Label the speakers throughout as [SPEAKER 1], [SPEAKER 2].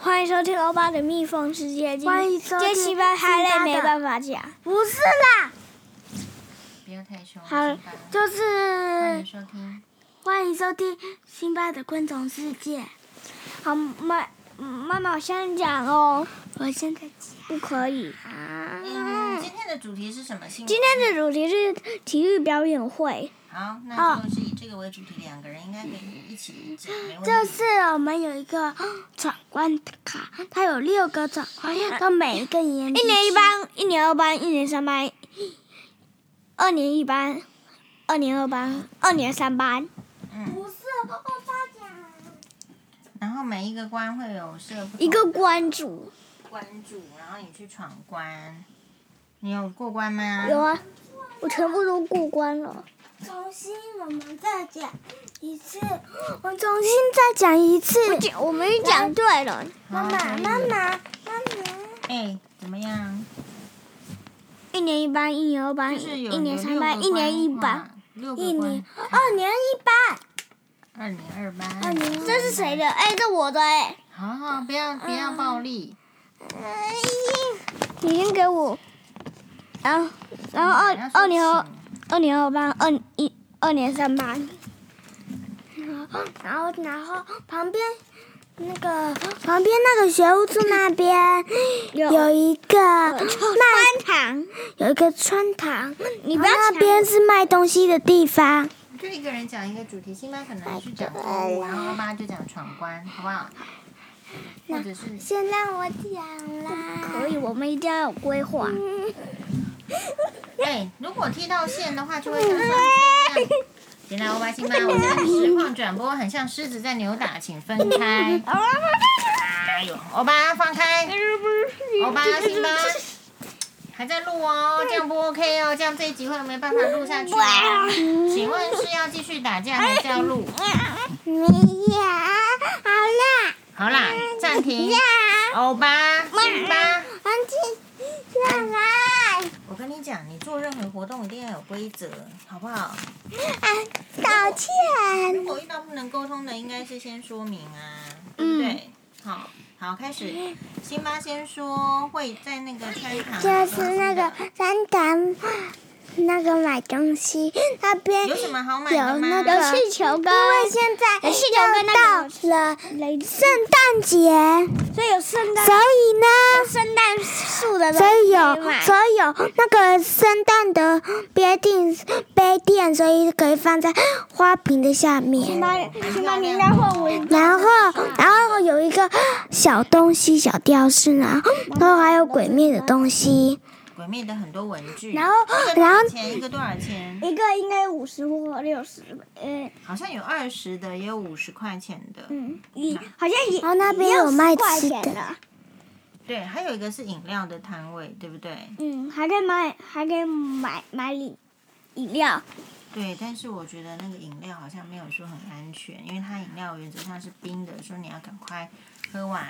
[SPEAKER 1] 欢迎收听欧巴的蜜蜂世界。今
[SPEAKER 2] 欢迎
[SPEAKER 1] 今
[SPEAKER 2] 收听
[SPEAKER 1] 天西班牙
[SPEAKER 2] 辛巴
[SPEAKER 1] 类
[SPEAKER 2] 的
[SPEAKER 1] 没办法讲。
[SPEAKER 2] 不是啦，
[SPEAKER 3] 不要太凶，
[SPEAKER 2] 好
[SPEAKER 3] 辛巴，欢
[SPEAKER 2] 就是
[SPEAKER 1] 嗯
[SPEAKER 3] 迎收听。
[SPEAKER 2] 欢迎收听辛巴的昆虫世界。
[SPEAKER 1] 好，
[SPEAKER 2] 嗯
[SPEAKER 1] 妈妈妈，我先讲哦，
[SPEAKER 2] 我现在讲，
[SPEAKER 1] 不可以。
[SPEAKER 3] 嗯，今天的主题是什么？今
[SPEAKER 1] 今天的主题是体育表演会，
[SPEAKER 3] 好，
[SPEAKER 1] 哦
[SPEAKER 3] 那就是以这个为主题，两个人应该可以一起讲，
[SPEAKER 1] 嗯
[SPEAKER 3] 没
[SPEAKER 2] 就
[SPEAKER 3] 问题。
[SPEAKER 2] 是我们有一个闯关卡，它有六个闯关，它每一个年
[SPEAKER 1] 啊
[SPEAKER 2] 级
[SPEAKER 1] 一年一班，一年二班，一年三班，二年一班，二年二班，二年三班。
[SPEAKER 3] 嗯，
[SPEAKER 2] 不是，我爸讲。
[SPEAKER 3] 然后每一个关会有设不同的
[SPEAKER 1] 一个关主
[SPEAKER 3] 关主，然后你去闯关。你有过关吗？
[SPEAKER 1] 有啊，我全部都过关了。
[SPEAKER 2] 重新，我们再讲一次。我重新再讲一次。
[SPEAKER 1] 讲我们讲对了，
[SPEAKER 2] 妈
[SPEAKER 3] 好
[SPEAKER 2] 妈，
[SPEAKER 3] 可以
[SPEAKER 2] 妈妈，妈
[SPEAKER 3] 哎，怎么样？
[SPEAKER 1] 一年一班，一年二班，
[SPEAKER 3] 就是有
[SPEAKER 1] 哎一年
[SPEAKER 3] 有
[SPEAKER 1] 三
[SPEAKER 3] 六
[SPEAKER 1] 班，
[SPEAKER 3] 个
[SPEAKER 1] 一年一哦
[SPEAKER 3] 关
[SPEAKER 1] 班。
[SPEAKER 3] 卡，六
[SPEAKER 2] 妈，一
[SPEAKER 3] 个
[SPEAKER 2] 年
[SPEAKER 3] 关，
[SPEAKER 2] 二年一班，
[SPEAKER 3] 二年二班，
[SPEAKER 2] 二年
[SPEAKER 1] 这是谁的？哎，这我的哎。
[SPEAKER 3] 好好，不要不
[SPEAKER 1] 嗯
[SPEAKER 3] 要暴力。
[SPEAKER 2] 哎
[SPEAKER 1] 你先给我，然后然后
[SPEAKER 3] 嗯你要
[SPEAKER 1] 二
[SPEAKER 3] 说
[SPEAKER 1] 哦二年二二
[SPEAKER 3] 请
[SPEAKER 1] 年二班，二一二年三班，
[SPEAKER 2] 然后，然后旁边那个旁边那个学务处那边
[SPEAKER 1] 有
[SPEAKER 2] 有一个卖
[SPEAKER 1] 穿堂。
[SPEAKER 2] 有一个穿堂，
[SPEAKER 1] 你不
[SPEAKER 2] 然
[SPEAKER 1] 要
[SPEAKER 2] 后那
[SPEAKER 1] 抢
[SPEAKER 2] 边是卖东西的地方。
[SPEAKER 3] 就一个人讲一个主题，辛巴可能是讲购物，然后欧巴就讲闯关，好不好？或者是
[SPEAKER 2] 先让我讲啦。
[SPEAKER 1] 可以，我们一定要有规划。
[SPEAKER 3] 哎，如果踢到线的话，就会跟上次一样。原来欧巴辛巴，我们的实况转播很像狮子在扭打，请分开。哎呦，欧巴放开，欧巴辛巴还在录哦，这样不 OK 哦，这样这一集会没办法录下去哦。请问是要继续打架还是要录？
[SPEAKER 2] 没有，好啦，
[SPEAKER 3] 好啦，啊暂停。哦欧巴，辛巴。
[SPEAKER 2] 安静下来。
[SPEAKER 3] 我跟你讲，你做任何活动一定要有规则，好不好？
[SPEAKER 2] 啊，道歉。
[SPEAKER 3] 如果遇到不能沟通的，应该是先说明啊，对
[SPEAKER 2] 嗯
[SPEAKER 3] 不对？好，好，开始。辛巴先说会在那个穿堂，
[SPEAKER 2] 就是那个三堂那个买东西那边
[SPEAKER 3] 有什么好买的
[SPEAKER 2] 有
[SPEAKER 3] 吗？
[SPEAKER 2] 那
[SPEAKER 1] 有
[SPEAKER 2] 个
[SPEAKER 1] 气球跟
[SPEAKER 2] 因为现在
[SPEAKER 1] 有气球跟
[SPEAKER 2] 又
[SPEAKER 1] 那
[SPEAKER 2] 到
[SPEAKER 1] 个
[SPEAKER 2] 了
[SPEAKER 1] 雷，
[SPEAKER 2] 圣诞节，
[SPEAKER 1] 所以有圣诞
[SPEAKER 2] 所以呢，
[SPEAKER 1] 圣诞树的东
[SPEAKER 2] 所以
[SPEAKER 1] 西
[SPEAKER 2] 有
[SPEAKER 1] 可以买
[SPEAKER 2] 所以有那个圣诞的杯垫杯垫，所以可以放在花瓶的下面。
[SPEAKER 1] 妈辛巴，你应该会闻。
[SPEAKER 2] 然后，然后有一个小东西、小吊饰啊，然后还有鬼面的东西，
[SPEAKER 3] 鬼灭的很多文具，
[SPEAKER 2] 然后
[SPEAKER 3] 一个多
[SPEAKER 2] 然后
[SPEAKER 3] 少钱？一个多少钱？
[SPEAKER 1] 一个应该五十或六十，呃，
[SPEAKER 3] 好像有二十的，也有五十块钱的。
[SPEAKER 1] 嗯，一好像也
[SPEAKER 2] 然后那边有卖
[SPEAKER 1] 块
[SPEAKER 2] 吃
[SPEAKER 1] 钱
[SPEAKER 2] 的
[SPEAKER 1] 的，
[SPEAKER 3] 对，还有一个是饮料的摊位，对不对？
[SPEAKER 1] 嗯，还可以买，还可以买买饮饮料，
[SPEAKER 3] 对，但是我觉得那个饮料好像没有说很安全，因为它饮料原则上是冰的，说你要赶快喝完。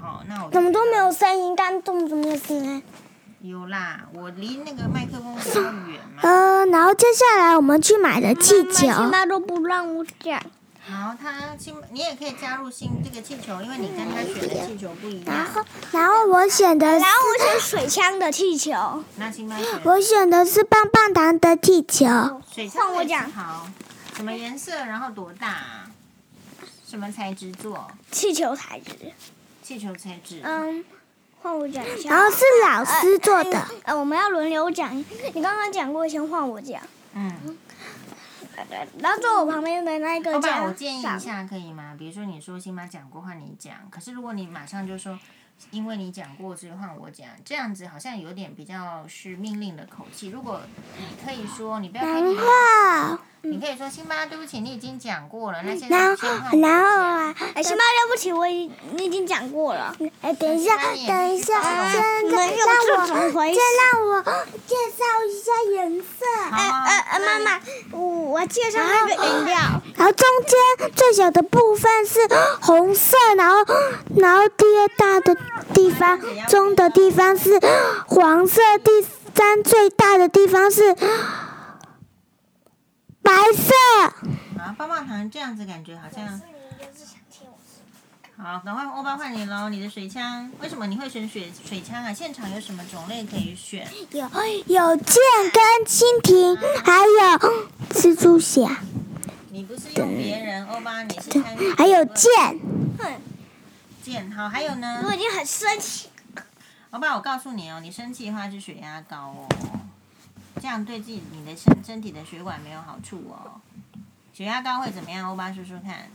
[SPEAKER 3] 好，那我就
[SPEAKER 2] 怎么都没有声音，但动怎么没有声音？
[SPEAKER 3] 有啦，我离那个麦克风比较远嘛。
[SPEAKER 2] 呃，然后接下来我们去嗯买了气球，
[SPEAKER 1] 妈辛巴都不让我讲。
[SPEAKER 3] 好，他新你也可以加入新这个气球，因为你跟他选的气球不一
[SPEAKER 2] 然
[SPEAKER 3] 样。
[SPEAKER 2] 后然后我选的
[SPEAKER 1] 然
[SPEAKER 2] 是
[SPEAKER 1] 后我选水枪的气球，
[SPEAKER 3] 那新巴选
[SPEAKER 2] 我选的是棒棒糖的气球，
[SPEAKER 3] 水上
[SPEAKER 1] 换我讲
[SPEAKER 3] 好，什么颜色，然后多大、啊什么材质做？
[SPEAKER 1] 气球材质。
[SPEAKER 3] 气球材质。
[SPEAKER 1] 嗯，换我讲一下。
[SPEAKER 2] 然后是老师做的
[SPEAKER 1] 呃。呃，我们要轮流讲。你刚刚讲过，先换我讲。
[SPEAKER 3] 嗯，
[SPEAKER 1] 呃然后坐我旁边的那个
[SPEAKER 3] 老板，
[SPEAKER 1] 讲。
[SPEAKER 3] 我建议一下可以吗？比如说你说新妈讲过话，你讲。可是如果你马上就说，因为你讲过，所以换我讲，这样子好像有点比较是命令的口气。如果你可以说，你不要太紧张。
[SPEAKER 2] 哦，
[SPEAKER 3] 你可以说辛巴，对不起，你已经讲过了。那现在
[SPEAKER 2] 然
[SPEAKER 3] 先换
[SPEAKER 2] 后
[SPEAKER 3] 我
[SPEAKER 2] 然后
[SPEAKER 3] 讲，
[SPEAKER 2] 啊，
[SPEAKER 1] 哎，辛巴，对不起，我已你已经讲过了。
[SPEAKER 2] 哎，等一下，等一下，先让我
[SPEAKER 1] 怎么回
[SPEAKER 2] 先
[SPEAKER 1] 事？
[SPEAKER 2] 让我介绍一下颜色。
[SPEAKER 3] 好
[SPEAKER 1] 呃
[SPEAKER 3] 啊
[SPEAKER 1] 呃呃，妈
[SPEAKER 3] 那你
[SPEAKER 1] 妈，我我介绍那个饮料。
[SPEAKER 2] 然后中间最小的部分是红色，然后然后第二大的地方中的地方是黄色，第三最大的地方是白色。
[SPEAKER 3] 啊，棒棒糖这样子感觉好像好，赶快欧巴换你喽！你的水枪，为什么你会选水水枪啊？现场有什么种类可以选？
[SPEAKER 1] 有
[SPEAKER 2] 有剑跟蜻蜓，还有蜘蛛侠，
[SPEAKER 3] 你不是用别人，欧巴，你是参与
[SPEAKER 2] 还有剑。嗯
[SPEAKER 1] 哼，
[SPEAKER 3] 剑。好，还有呢？
[SPEAKER 1] 我已经很生气。
[SPEAKER 3] 欧巴，我告诉你哦，你生气的话是血压高哦，这样对自己你的身身体的血管没有好处哦。血压高会怎么样？欧巴说说看。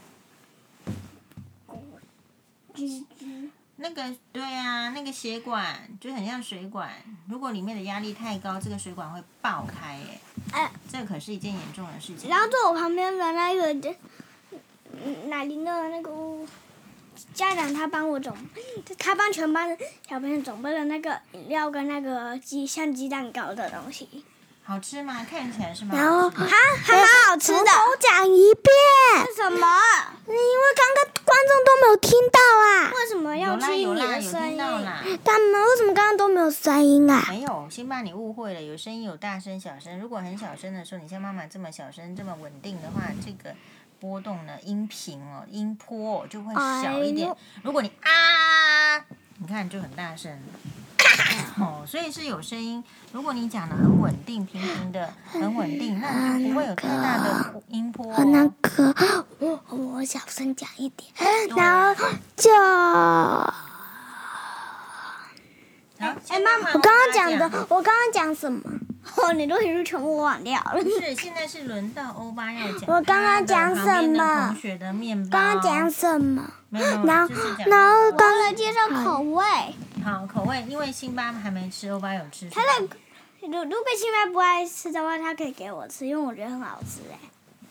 [SPEAKER 1] 吱吱
[SPEAKER 3] 那个对啊，那个血管就很像水管，如果里面的压力太高，这个水管会爆开耶。
[SPEAKER 1] 哎，
[SPEAKER 3] 这可是一件严重的事情。
[SPEAKER 1] 然后坐我旁边的那个嗯奶铃的那个家长，他帮我总，他帮全班的小朋友准备了那个饮料跟那个鸡像鸡蛋糕的东西，
[SPEAKER 3] 好吃吗？看起来是吗？
[SPEAKER 2] 然后呃
[SPEAKER 1] 啊，还蛮好吃
[SPEAKER 2] 重
[SPEAKER 1] 的。
[SPEAKER 2] 头讲一遍，
[SPEAKER 1] 为什么？
[SPEAKER 2] 因为刚刚观众都没有听到啊，
[SPEAKER 1] 为什么要
[SPEAKER 3] 有啦
[SPEAKER 1] 听
[SPEAKER 3] 有
[SPEAKER 1] 你
[SPEAKER 3] 啦，
[SPEAKER 1] 的
[SPEAKER 3] 有
[SPEAKER 1] 声
[SPEAKER 3] 听
[SPEAKER 1] 音？
[SPEAKER 3] 到啦。
[SPEAKER 2] 他们为什么刚刚都没有声音啊？
[SPEAKER 3] 没有，辛巴，你误会了，有声音有大声、小声。如果很小声的时候，你像妈妈这么小声、这么稳定的话，这个波动呢，音频哦，音波、哦、就会小一点。
[SPEAKER 1] 哎呦
[SPEAKER 3] 如果你啊，你看就很大声。哦，所以是有声音。如果你讲的很稳定、平平的、很稳定，那不会有太大的音波、
[SPEAKER 2] 和那
[SPEAKER 3] 哦。
[SPEAKER 2] 个我我小声讲一点，
[SPEAKER 3] 对
[SPEAKER 2] 然后就我
[SPEAKER 3] 好，哎，妈妈，我
[SPEAKER 2] 刚刚讲的，我刚刚讲什么？
[SPEAKER 1] 哦，你都已经全部忘掉了
[SPEAKER 3] 不。是，现在是轮到欧巴要讲。
[SPEAKER 2] 我刚刚讲什么
[SPEAKER 3] 同学的面包。
[SPEAKER 2] 刚刚讲什么？
[SPEAKER 3] 没有。没有
[SPEAKER 2] 然后
[SPEAKER 3] 就是讲
[SPEAKER 2] 然后
[SPEAKER 1] 我
[SPEAKER 2] 刚
[SPEAKER 1] 忘了介绍口味。
[SPEAKER 3] 好口味，因为辛巴还没吃，欧巴有吃。
[SPEAKER 1] 他的如如果辛巴不爱吃的话，他可以给我吃，因为我觉得很好吃哎、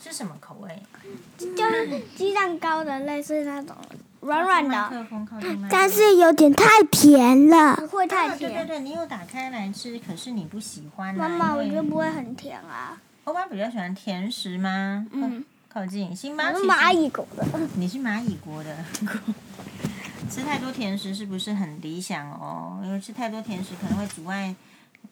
[SPEAKER 3] 是什么口味？嗯
[SPEAKER 1] 就是鸡蛋糕的类似那种软软
[SPEAKER 3] 靠近
[SPEAKER 1] 的，
[SPEAKER 3] 麦克风靠近麦克风
[SPEAKER 2] 但是有点太甜了
[SPEAKER 1] 不，会
[SPEAKER 3] 啊
[SPEAKER 1] 太
[SPEAKER 3] 对对
[SPEAKER 1] 甜。
[SPEAKER 3] 对，你有打开来吃，可是你不喜欢、啊。
[SPEAKER 1] 妈妈，我
[SPEAKER 3] 因
[SPEAKER 1] 觉
[SPEAKER 3] 为
[SPEAKER 1] 得不会很甜啊。
[SPEAKER 3] 欧巴比较喜欢甜食吗？
[SPEAKER 1] 嗯，
[SPEAKER 3] 靠近辛
[SPEAKER 1] 我
[SPEAKER 3] 巴。
[SPEAKER 1] 是蚂，蚁狗的。
[SPEAKER 3] 你是蚂蚁国的。 吃太多甜食是不是很理想哦？因为吃太多甜食可能会阻碍，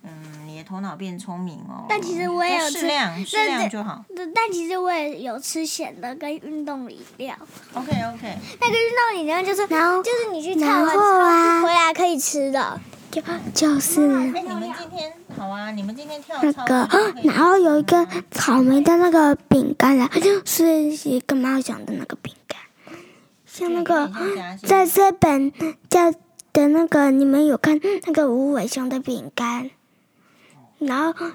[SPEAKER 3] 嗯，你的头脑变聪明哦。
[SPEAKER 1] 但其实我也有吃
[SPEAKER 3] 适量，适
[SPEAKER 1] 但
[SPEAKER 3] 量
[SPEAKER 1] 是
[SPEAKER 3] 就好。
[SPEAKER 1] 但但其实我也有吃咸的跟运动饮料，
[SPEAKER 3] OK OK。
[SPEAKER 1] 那个运动饮料就是
[SPEAKER 2] 然后
[SPEAKER 1] 就是你去
[SPEAKER 2] 然
[SPEAKER 1] 唱完
[SPEAKER 2] 后
[SPEAKER 1] 操
[SPEAKER 2] 啊
[SPEAKER 1] 回来可以吃的。
[SPEAKER 2] 就就是
[SPEAKER 3] 哎，你们今天好啊！你们今天跳
[SPEAKER 2] 那
[SPEAKER 3] 操
[SPEAKER 2] 个
[SPEAKER 3] 是
[SPEAKER 1] 哦
[SPEAKER 3] 不是可以，嗯
[SPEAKER 2] 然后有一个草莓的那个饼干啦，就是一个猫想的那个饼干，像那个
[SPEAKER 3] 对你先夹先
[SPEAKER 2] 在这本叫的那个，你们有看那个无尾熊的饼干，然后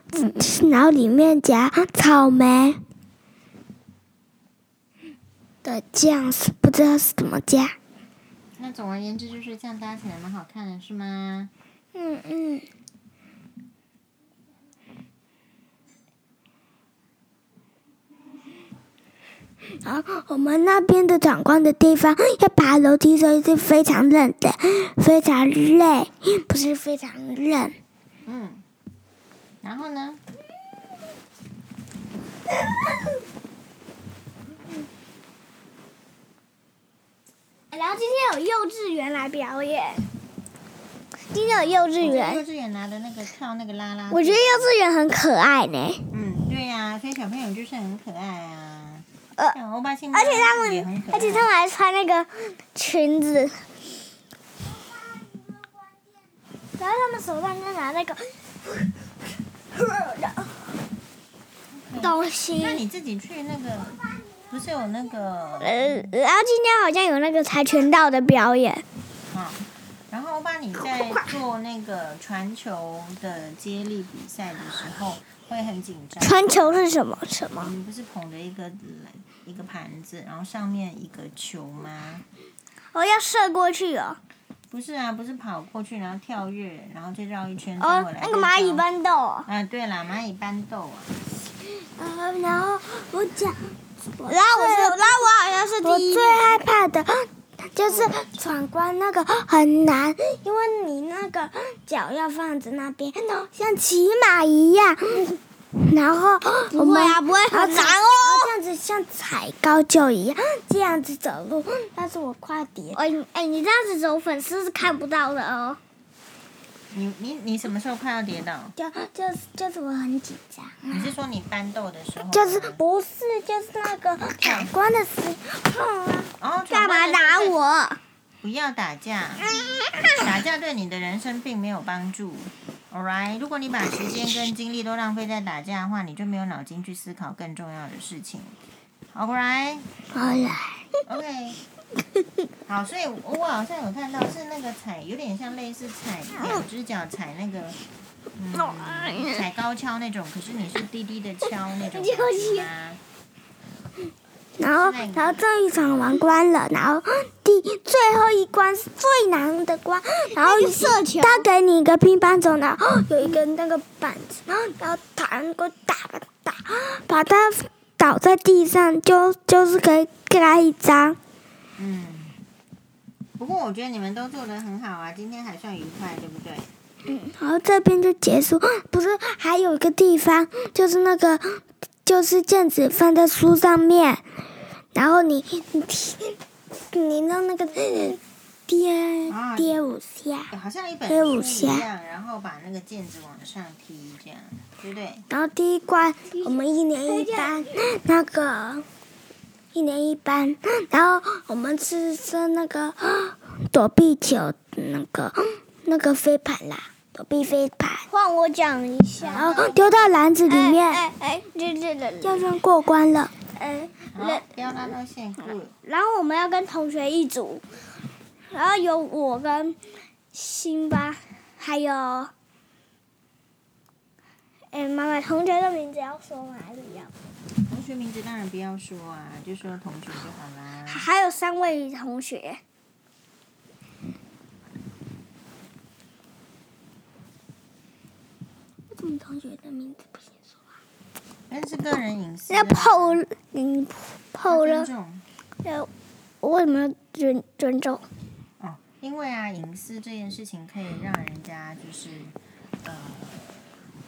[SPEAKER 2] 然后里面夹草莓的酱，是不知道是怎么加。
[SPEAKER 3] 那总而言之就是这样搭起来蛮好看的，是吗？
[SPEAKER 2] 嗯嗯，然后我们那边的长官的地方要爬楼梯，所以是非常冷的，非常累，不是非常冷。
[SPEAKER 3] 嗯。然后呢？
[SPEAKER 1] 然后今天有幼稚园来表演，今天有幼稚
[SPEAKER 3] 我觉得幼
[SPEAKER 1] 园，
[SPEAKER 3] 稚园拿的那个跳那个啦啦。
[SPEAKER 1] 我觉得幼稚园很可爱呢。
[SPEAKER 3] 嗯，对呀、所以小朋友就是很可爱啊。
[SPEAKER 1] 呃
[SPEAKER 3] 像欧巴现在
[SPEAKER 1] 而且他
[SPEAKER 3] 嗯也很
[SPEAKER 1] 们
[SPEAKER 3] 可，爱
[SPEAKER 1] 而且他们还穿那个裙子，然后他们手上就拿那个东
[SPEAKER 3] 那
[SPEAKER 1] 西。
[SPEAKER 3] 你自己去那个，不是有那个
[SPEAKER 1] 呃，然后今天好像有那个跆拳道的表演，
[SPEAKER 3] 啊、然后欧巴你在做那个传球的接力比赛的时候会很紧张吗。
[SPEAKER 1] 传球是什么什
[SPEAKER 3] 我
[SPEAKER 1] 么？
[SPEAKER 3] 们不是捧着一个一个盘子，然后上面一个球吗？
[SPEAKER 1] 哦，要射过去哦。
[SPEAKER 3] 不是啊，不是跑过去，然后跳跃，然后再绕一圈再
[SPEAKER 1] 哦
[SPEAKER 3] 回来。，
[SPEAKER 1] 那个蚂蚁
[SPEAKER 3] 再绕。
[SPEAKER 1] 搬豆哦。
[SPEAKER 3] 啊，对啦，蚂蚁搬豆啊。
[SPEAKER 2] 呃，然后我讲，
[SPEAKER 1] 然后我是，然后我好像是
[SPEAKER 2] 我
[SPEAKER 1] 第一
[SPEAKER 2] 最
[SPEAKER 1] 名。
[SPEAKER 2] 害怕的 就是闯关那个很难，因为你那个脚要放在那边，像骑马一 样。然后
[SPEAKER 1] 不会
[SPEAKER 2] 我们
[SPEAKER 1] 啊，不会
[SPEAKER 2] 然后
[SPEAKER 1] 很难
[SPEAKER 2] 踩
[SPEAKER 1] 哦。
[SPEAKER 2] 然后这样子像踩高脚一样，这样子走路，但是我快跌。
[SPEAKER 1] 哎哎，你这样子走，粉丝是看不到的哦。
[SPEAKER 3] 你你你什么时候快要跌倒？
[SPEAKER 1] 就就是就是我很紧张，
[SPEAKER 3] 你是说你搬豆的时候吗？
[SPEAKER 2] 就是
[SPEAKER 1] 不是就是那个闯关的时候啊，
[SPEAKER 3] 哦，
[SPEAKER 1] 干嘛打
[SPEAKER 3] 我？
[SPEAKER 1] 我？
[SPEAKER 3] 不要打架，打架对你的人生并没有帮助。All right，如果你把时间跟精力都浪费在打架的话，你就没有脑筋去思考更重要的事情。All right，
[SPEAKER 1] 好啦，
[SPEAKER 3] OK，好，所以我好像有看到是那个踩，有点像类似踩两只脚踩那个， 嗯，踩高跷那种，可是你是低低的敲 那种啊感觉吗？
[SPEAKER 2] 然后然后终于闯完关了，然后第最后一关是最难的关，然后
[SPEAKER 1] 射球
[SPEAKER 2] 他给你一个乒乓球，然后有一个那个板子，然后然后弹过打打，把它倒在地上，就就是可以盖一张。
[SPEAKER 3] 嗯，不过我觉得你们都做得很好啊，今天还算愉快，对不对？
[SPEAKER 2] 然后这边就结束， 不是还有一个地方，就是那个，就是毽子放在书上面，然后你你踢，你弄那个跌
[SPEAKER 3] 啊
[SPEAKER 2] 跌五下，
[SPEAKER 3] 好像一本
[SPEAKER 2] 黑五
[SPEAKER 3] 书
[SPEAKER 1] 啊
[SPEAKER 3] 一
[SPEAKER 2] 侠
[SPEAKER 3] 样，然后把那个毽子往上踢，这样，对不对？
[SPEAKER 2] 然后第一关我们一年一班，那个一年一班，然后我们是是那个躲避球那个那个飞盘啦，躲避飞盘，
[SPEAKER 1] 换我讲一下。
[SPEAKER 2] 然后丢到篮子里面，
[SPEAKER 1] 哎哎，对对对，
[SPEAKER 2] 就算过关了。
[SPEAKER 1] 哎，
[SPEAKER 3] 好，不要拉到线裤。
[SPEAKER 1] 然后我们要跟同学一组，然后有我跟辛巴，还有，哎，妈妈，同学的名字要说哪里呀？
[SPEAKER 3] 同学名字当然不要说啊，就说同学就好啦。
[SPEAKER 1] 还有三位同学，
[SPEAKER 2] 怎么嗯同学的名字不行说？
[SPEAKER 3] 但是个人隐私啊。
[SPEAKER 1] 那跑嗯跑
[SPEAKER 3] 要
[SPEAKER 1] 了
[SPEAKER 3] 尊，重
[SPEAKER 1] 呃，我有没有尊尊重？
[SPEAKER 3] 哦，因为啊，隐私这件事情可以让人家就是，呃，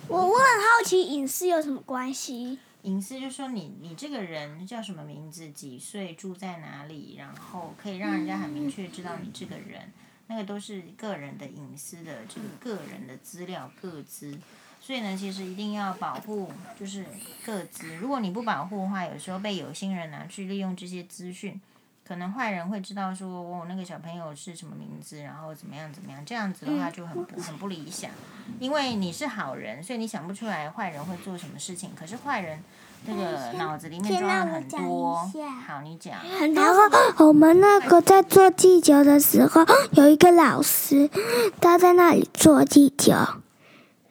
[SPEAKER 1] 我我很好奇隐私有什么关系？
[SPEAKER 3] 隐私就说你你这个人叫什么名字，几岁，住在哪里，然后可以让人家很明确知道你这个人，那个都是个人的隐私的这个个人的资料个资。所以呢，其实一定要保护，就是个资。如果你不保护的话，有时候被有心人拿去利用这些资讯，可能坏人会知道说，我、那个小朋友是什么名字，然后怎么样怎么样，这样子的话就很不很不理想。因为你是好人，所以你想不出来坏人会做什么事情。可是坏人那个脑子里面装了很多。好，你讲。
[SPEAKER 1] 很多
[SPEAKER 2] 然后我们那个在做气球的时候，有一个老师，他在那里做气球，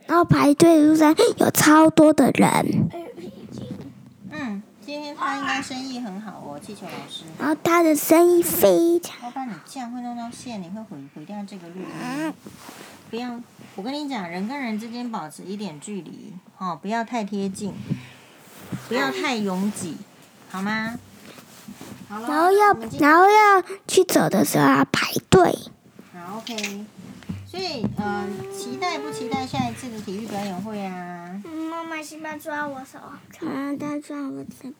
[SPEAKER 2] 然后排队路上有超多的人，
[SPEAKER 3] 嗯，今天他应该生意很好哦，气球老师。
[SPEAKER 2] 然后他的生意非常。
[SPEAKER 3] 要不然你这样会弄到线，你会毁毁掉这个录音。不要，我跟你讲，人跟人之间保持一点距离，哦，不要太贴近，不要太拥挤，好吗？好了，
[SPEAKER 2] 然后要
[SPEAKER 3] 我们今天
[SPEAKER 2] 然后要去走的时候要排队，
[SPEAKER 3] 好 OK。所以，呃，期待不期待下一次的体育表演会啊？
[SPEAKER 1] 妈妈辛巴抓我手，
[SPEAKER 2] 嗯，他转我怎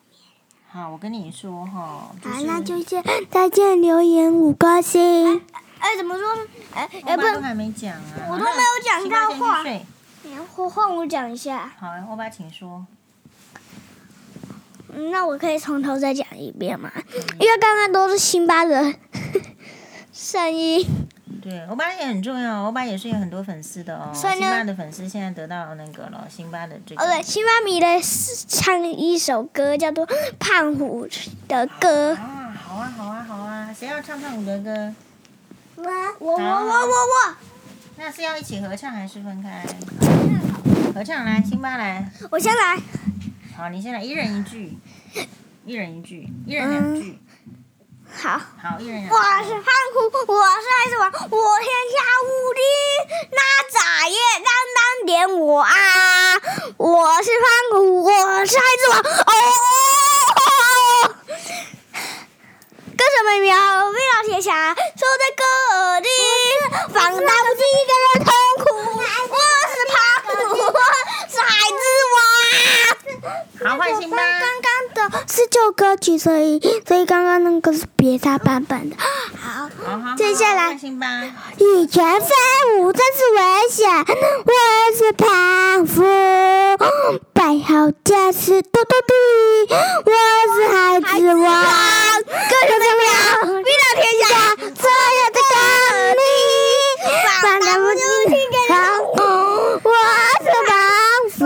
[SPEAKER 3] 好，我跟你说哈、就
[SPEAKER 2] 好，
[SPEAKER 3] 是
[SPEAKER 2] 那就先再见，留言五颗星，
[SPEAKER 1] 哎，怎么说呢？哎
[SPEAKER 3] 欧
[SPEAKER 1] 哎，
[SPEAKER 3] 巴都
[SPEAKER 1] 不，
[SPEAKER 3] 还没讲啊，
[SPEAKER 1] 我都没有讲到话
[SPEAKER 3] 那七八先去睡
[SPEAKER 1] 换换我讲一下。
[SPEAKER 3] 好，欧巴请说。
[SPEAKER 1] 嗯那我可以从头再讲一遍吗？因为刚刚都是辛巴的声音。
[SPEAKER 3] 对，欧巴也很重要，哦欧巴也是有很多粉丝的哦。
[SPEAKER 2] 啊
[SPEAKER 1] 所以呢
[SPEAKER 3] 辛巴的粉丝现在得到那个了，辛巴的这个。
[SPEAKER 1] 哦，对，辛巴迷的唱一首歌叫做《胖虎的歌》。
[SPEAKER 3] 啊，好啊，好啊，好啊，谁要唱唱我的歌？
[SPEAKER 1] 我我我我我
[SPEAKER 3] 那是要一起合唱还是分开？合唱来，辛巴来。
[SPEAKER 1] 我，我先来。
[SPEAKER 3] 好，你先来，一人一句，一人一句，一人两句。
[SPEAKER 1] 好，
[SPEAKER 2] 嗯
[SPEAKER 3] 好，一人两句。
[SPEAKER 1] 我是胖虎，我是孩子王，我天下无敌，那咋也当当点我啊！我是胖虎，我是孩子王，哦。歌手们苗为了天下，守在各地，放大我自己的痛苦。我是胖虎，我是孩子王。
[SPEAKER 3] 好，换辛巴。
[SPEAKER 2] 刚刚的是旧歌曲，所以所以刚刚那个是别他版本的。好，好。
[SPEAKER 3] 好好好，
[SPEAKER 2] 接下来哎
[SPEAKER 3] 换辛巴，
[SPEAKER 2] 以前飞舞真是危险，我是胖虎，摆好架势嘟嘟嘟，我是孩子王，各种各样，
[SPEAKER 1] 到天下
[SPEAKER 2] 所有的功力，把他们听给我是胖虎，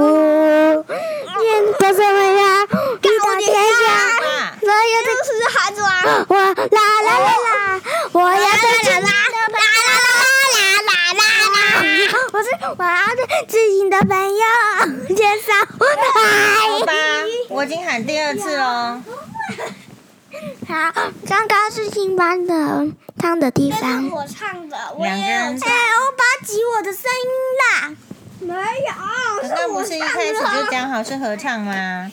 [SPEAKER 2] 念各种各样，一到天下，
[SPEAKER 3] 爸，
[SPEAKER 2] 所有的
[SPEAKER 1] 是孩子啊！
[SPEAKER 2] 我啦啦啦啦，我要对自己的啦啦啦啦啦啦啦，我是我要对自己的朋友介绍
[SPEAKER 3] 欧巴
[SPEAKER 2] 嗨。，
[SPEAKER 3] 我已经喊第二次哦喽。
[SPEAKER 2] 好，刚刚是新班的唱的地
[SPEAKER 1] 这是
[SPEAKER 2] 方。
[SPEAKER 1] 我唱的，我也
[SPEAKER 3] 两个
[SPEAKER 1] 有
[SPEAKER 3] 人
[SPEAKER 1] 唱。
[SPEAKER 3] 唱
[SPEAKER 2] 欧巴挤我的声音啦！
[SPEAKER 1] 没有，
[SPEAKER 3] 刚刚不
[SPEAKER 1] 我
[SPEAKER 3] 是
[SPEAKER 1] 唱
[SPEAKER 3] 一
[SPEAKER 1] 的。
[SPEAKER 3] 开始就讲好是合 唱吗？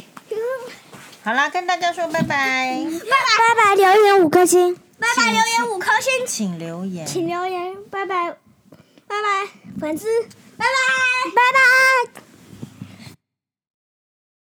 [SPEAKER 3] 好啦，跟大家说拜拜，
[SPEAKER 2] 拜拜，留言五颗星。
[SPEAKER 1] 拜拜，留言五颗星，
[SPEAKER 3] 请留言。
[SPEAKER 1] 请留言，拜拜，拜拜，粉丝，拜拜。
[SPEAKER 2] 拜拜。